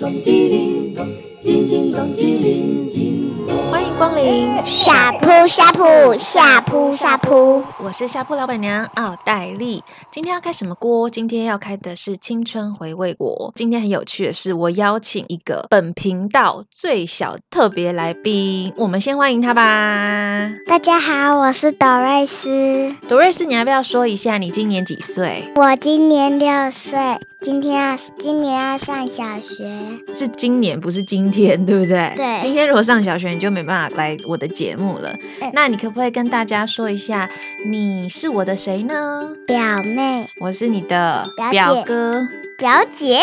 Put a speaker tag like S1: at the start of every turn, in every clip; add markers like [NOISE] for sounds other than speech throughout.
S1: 咚叮铃咚，叮叮咚叮铃叮。
S2: 欢迎光临，
S3: 下铺下铺下铺下铺，
S2: 我是下铺老板娘奥黛丽。今天要开什么锅？今天要开的是青春回味锅。今天很有趣的是，我邀请一个本频道最小特别来宾，我们先欢迎他吧。
S3: 大家好，我是朵瑞斯，
S2: 朵瑞斯，你要不要说一下你今年几岁？
S3: 我今年六岁，今天要今年要上小学。
S2: 是今年，不是今天，对不对？
S3: 对
S2: 今天如果上小学，你就没办法来我的节目了。
S3: 嗯
S2: 那你可不可以跟大家说一下，你是我的谁呢？
S3: 表妹、
S2: 我是你的
S3: 表姐
S2: 表哥，
S3: 表姐，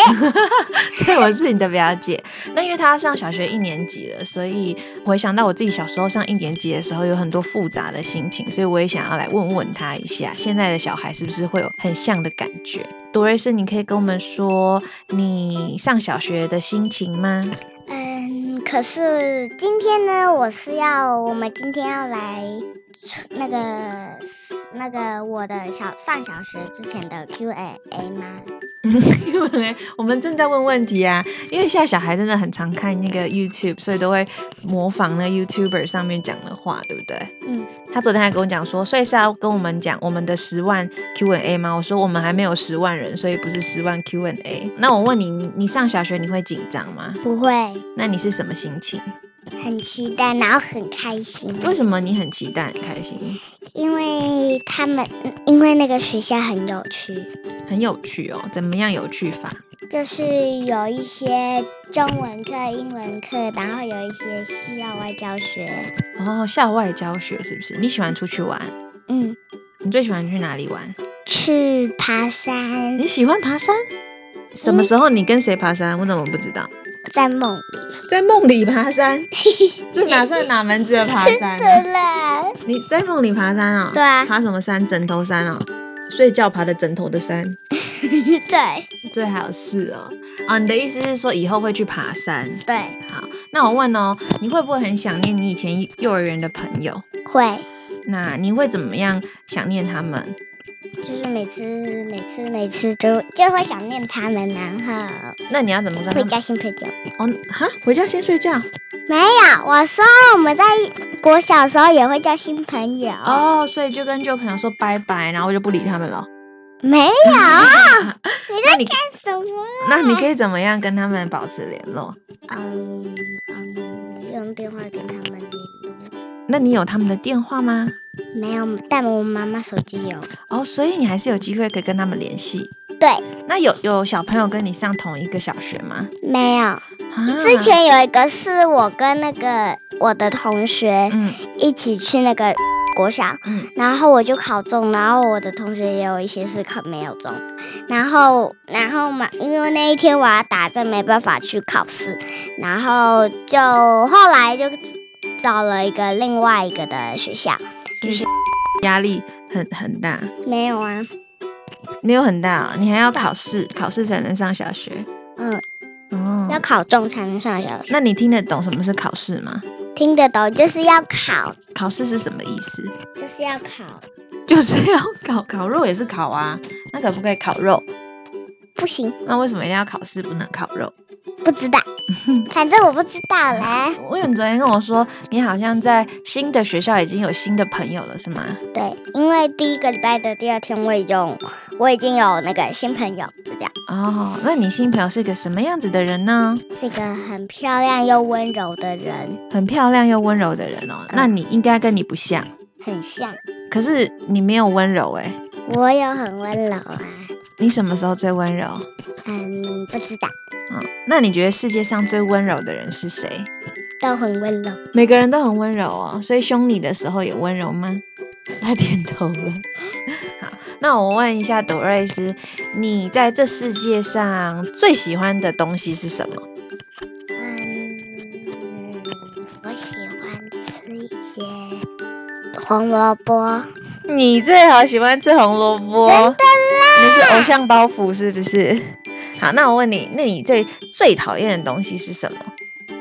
S2: 对，我是你的表姐。那因为她上小学一年级了，所以回想到我自己小时候上一年级的时候，有很多复杂的心情，所以我也想要来问问她一下，现在的小孩是不是会有很像的感觉？多瑞斯，你可以跟我们说你上小学的心情吗？
S3: 嗯，可是今天呢，我是要我们今天要来那个那个我的小上小学之前的 Q&A 吗？
S2: [LAUGHS] 因为我们正在问问题啊，因为现在小孩真的很常看那个 YouTube，所以都会模仿那个 YouTuber 上面讲的话，对不对？
S3: 嗯，
S2: 他昨天还跟我讲说，所以是要跟我们讲我们的十万 Q&A 吗？我说我们还没有十万人，所以不是十万 Q&A。那我问你，你你上小学你会紧张吗？
S3: 不会，
S2: 那你是什么心情？
S3: 很期待，然后很开心，
S2: 为什么你很期待、很开心、
S3: 因为他们因为那个学校很有趣。
S2: 很有趣哦？怎么样有趣法？
S3: 就是有一些中文课、英文课，然后有一些需要外教学。
S2: 哦，校外教学是不是？你喜欢出去玩？
S3: 嗯，
S2: 你最喜欢去哪里玩？
S3: 去爬山
S2: 你喜欢爬山？什么时候你跟谁爬山？我怎么不知道？
S3: 在梦
S2: 在梦里爬山， [LAUGHS] 这哪算哪门子的爬山、
S3: 真
S2: 啊？
S3: 的啦，
S2: 你在梦里爬山哦？
S3: 对啊，
S2: 爬什么山？枕头山哦，睡觉爬的枕头的山，
S3: [LAUGHS] 对
S2: 这还有事哦。啊，你的意思是说以后会去爬山？
S3: 对，
S2: 好，那我问哦，你会不会很想念你以前幼儿园的朋友？
S3: 会，
S2: 那你会怎么样想念他们？
S3: 就是每次每次每次都就会想念他们，然后
S2: 那你要怎么跟
S3: 会
S2: 他们？
S3: 加薪配酒。
S2: 哦，哈，回家先睡觉。
S3: 没有，我说我们在国小的时候也会交新朋友，
S2: 哦，所以就跟旧朋友说拜拜，然后就不理他们了。
S3: 没有
S2: [LAUGHS] 那你
S3: 啊什么？
S2: 那你可以怎么样跟他们保持联络？
S3: 嗯嗯，用电话跟他们联络。
S2: 那你有他们的电话吗？
S3: 没有，但我妈妈手机有。
S2: 哦，所以你还是有机会可以跟他们联系。
S3: 对，
S2: 那有有小朋友跟你上同一个小学吗？
S3: 没有。
S2: 啊
S3: 之前有一个是我跟那个我的同学
S2: 嗯
S3: 一起去那个国小，
S2: 嗯，
S3: 然后我就考中，然后我的同学也有一些是考没有中，然后然后嘛，因为那一天我要打针，没办法去考试，然后就后来就找了一个另外一个的学校，
S2: 压力很很大，
S3: 没有啊，
S2: 没有很大、哦，你还要考试，考试才能上小学。
S3: 嗯，要
S2: 哦，
S3: 考中才能上小学，
S2: 那你听得懂什么是考试吗？
S3: 听得懂就是要考，
S2: 考试是什么意思？
S3: 就是要考。
S2: [LAUGHS] 就是要烤烤肉也是烤啊，那可不可以烤肉？
S3: 不行，
S2: 那为什么一定要考试不能烤肉？
S3: 不知道，反正我不知道啦。
S2: 啊我有你昨天跟我说，你好像在新的学校已经有新的朋友了，是吗？
S3: 对，因为第一个礼拜的第二天我已经我已经有那个新朋友，就这样，
S2: 哦，那你新朋友是个什么样子的人呢？
S3: 是一个很漂亮又温柔的人，
S2: 很漂亮又温柔的人哦。那你应该跟你不像，
S3: 很像
S2: 可是你没有温柔诶。
S3: 我有很温柔啊。
S2: 你什么时候最温柔？
S3: 嗯，不知道，
S2: 嗯，那你觉得世界上最温柔的人是谁？
S3: 都很温柔。
S2: 每个人都很温柔哦，所以凶你的时候也温柔吗？他点头了。 [LAUGHS] 好，那我问一下朵瑞斯，你在这世界上最喜欢的东西是什么？
S3: 嗯，我喜欢吃一些红萝卜。
S2: 你最好喜欢吃红萝卜，
S3: 真的
S2: 你是偶像包袱是不是？好，那我问你，那你最最讨厌的东西是什么？
S3: 嗯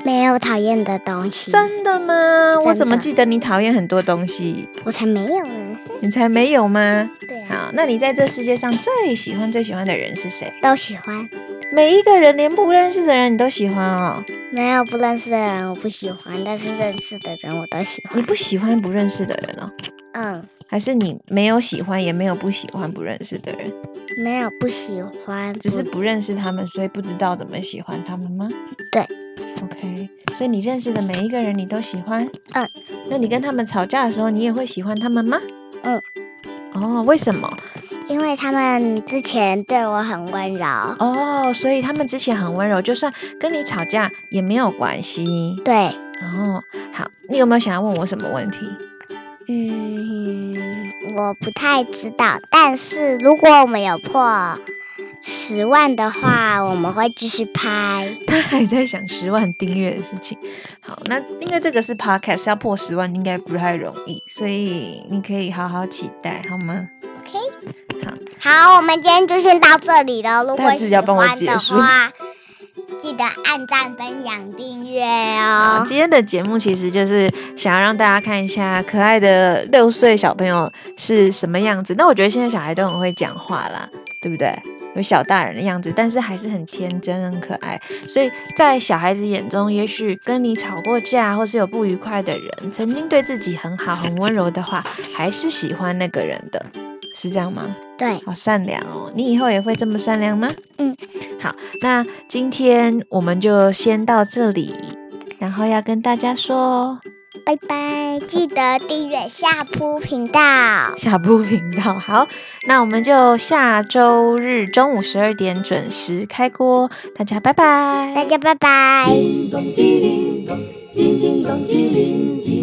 S3: 没有讨厌的东西，
S2: 真的吗？我
S3: 真
S2: 怎么
S3: 的
S2: 记得你讨厌很多东西？
S3: 我才没有呢。
S2: 你才没有吗？
S3: 对啊，
S2: 好，那你在这世界上最喜欢最喜欢的人是谁？
S3: 都喜欢。
S2: 每一个人，连不认识的人你都喜欢哦？
S3: 没有不认识的人我不喜欢，但是认识的人我都喜
S2: 你
S3: 欢。
S2: 不喜欢不认识的人哦？
S3: 嗯，
S2: 还是你没有喜欢，也没有不喜欢不认识的人，
S3: 没有不喜欢，
S2: 只是
S3: 不
S2: 不认识他们，所以不知道怎么喜欢他们吗？
S3: 对。
S2: OK，所以你认识的每一个人你都喜欢？
S3: 嗯。
S2: 那你跟他们吵架的时候，你也会喜欢他们吗？
S3: 嗯。
S2: 哦，为什么？
S3: 因为他们之前对我很温柔。
S2: 哦，所以他们之前很温柔，就算跟你吵架也没有关系。
S3: 对，
S2: 哦，好，你有没有想要问我什么问题？ [LAUGHS]
S3: 嗯，我不太知道，但是如果我们有破十万的话，我们会继续拍。
S2: 他还在想十万订阅的事情。好，那因为这个是 podcast，要破十万应该不太容易，所以你可以好好期待，好吗？
S3: OK，好，我们今天就先到这里了。如果
S2: 大致
S3: 喜
S2: 要帮我
S3: 欢
S2: 结
S3: 的
S2: 束
S3: 话，记得按赞、分享、订阅
S2: 好，
S3: 哦。
S2: 今天的节目其实就是想要让大家看一下可爱的六岁小朋友是什么样子。那我觉得现在小孩都很会讲话啦，对不对？有小大人的样子，但是还是很天真、很可爱。所以在小孩子眼中，也许跟你吵过架，或是有不愉快的人，曾经对自己很好、很温柔的话，还是喜欢那个人的，是这样吗？
S3: 对，
S2: 好善良哦！你以后也会这么善良吗？
S3: 嗯，
S2: 好，那今天我们就先到这里，然后要跟大家说
S3: 拜拜，记得订阅下铺频道。
S2: 下部频道。 [LAUGHS] 好，那我们就下周日中午十二点准时开锅，大家拜拜，
S3: 大家拜拜。
S1: 叮咚叮铃咚，叮叮咚叮铃叮。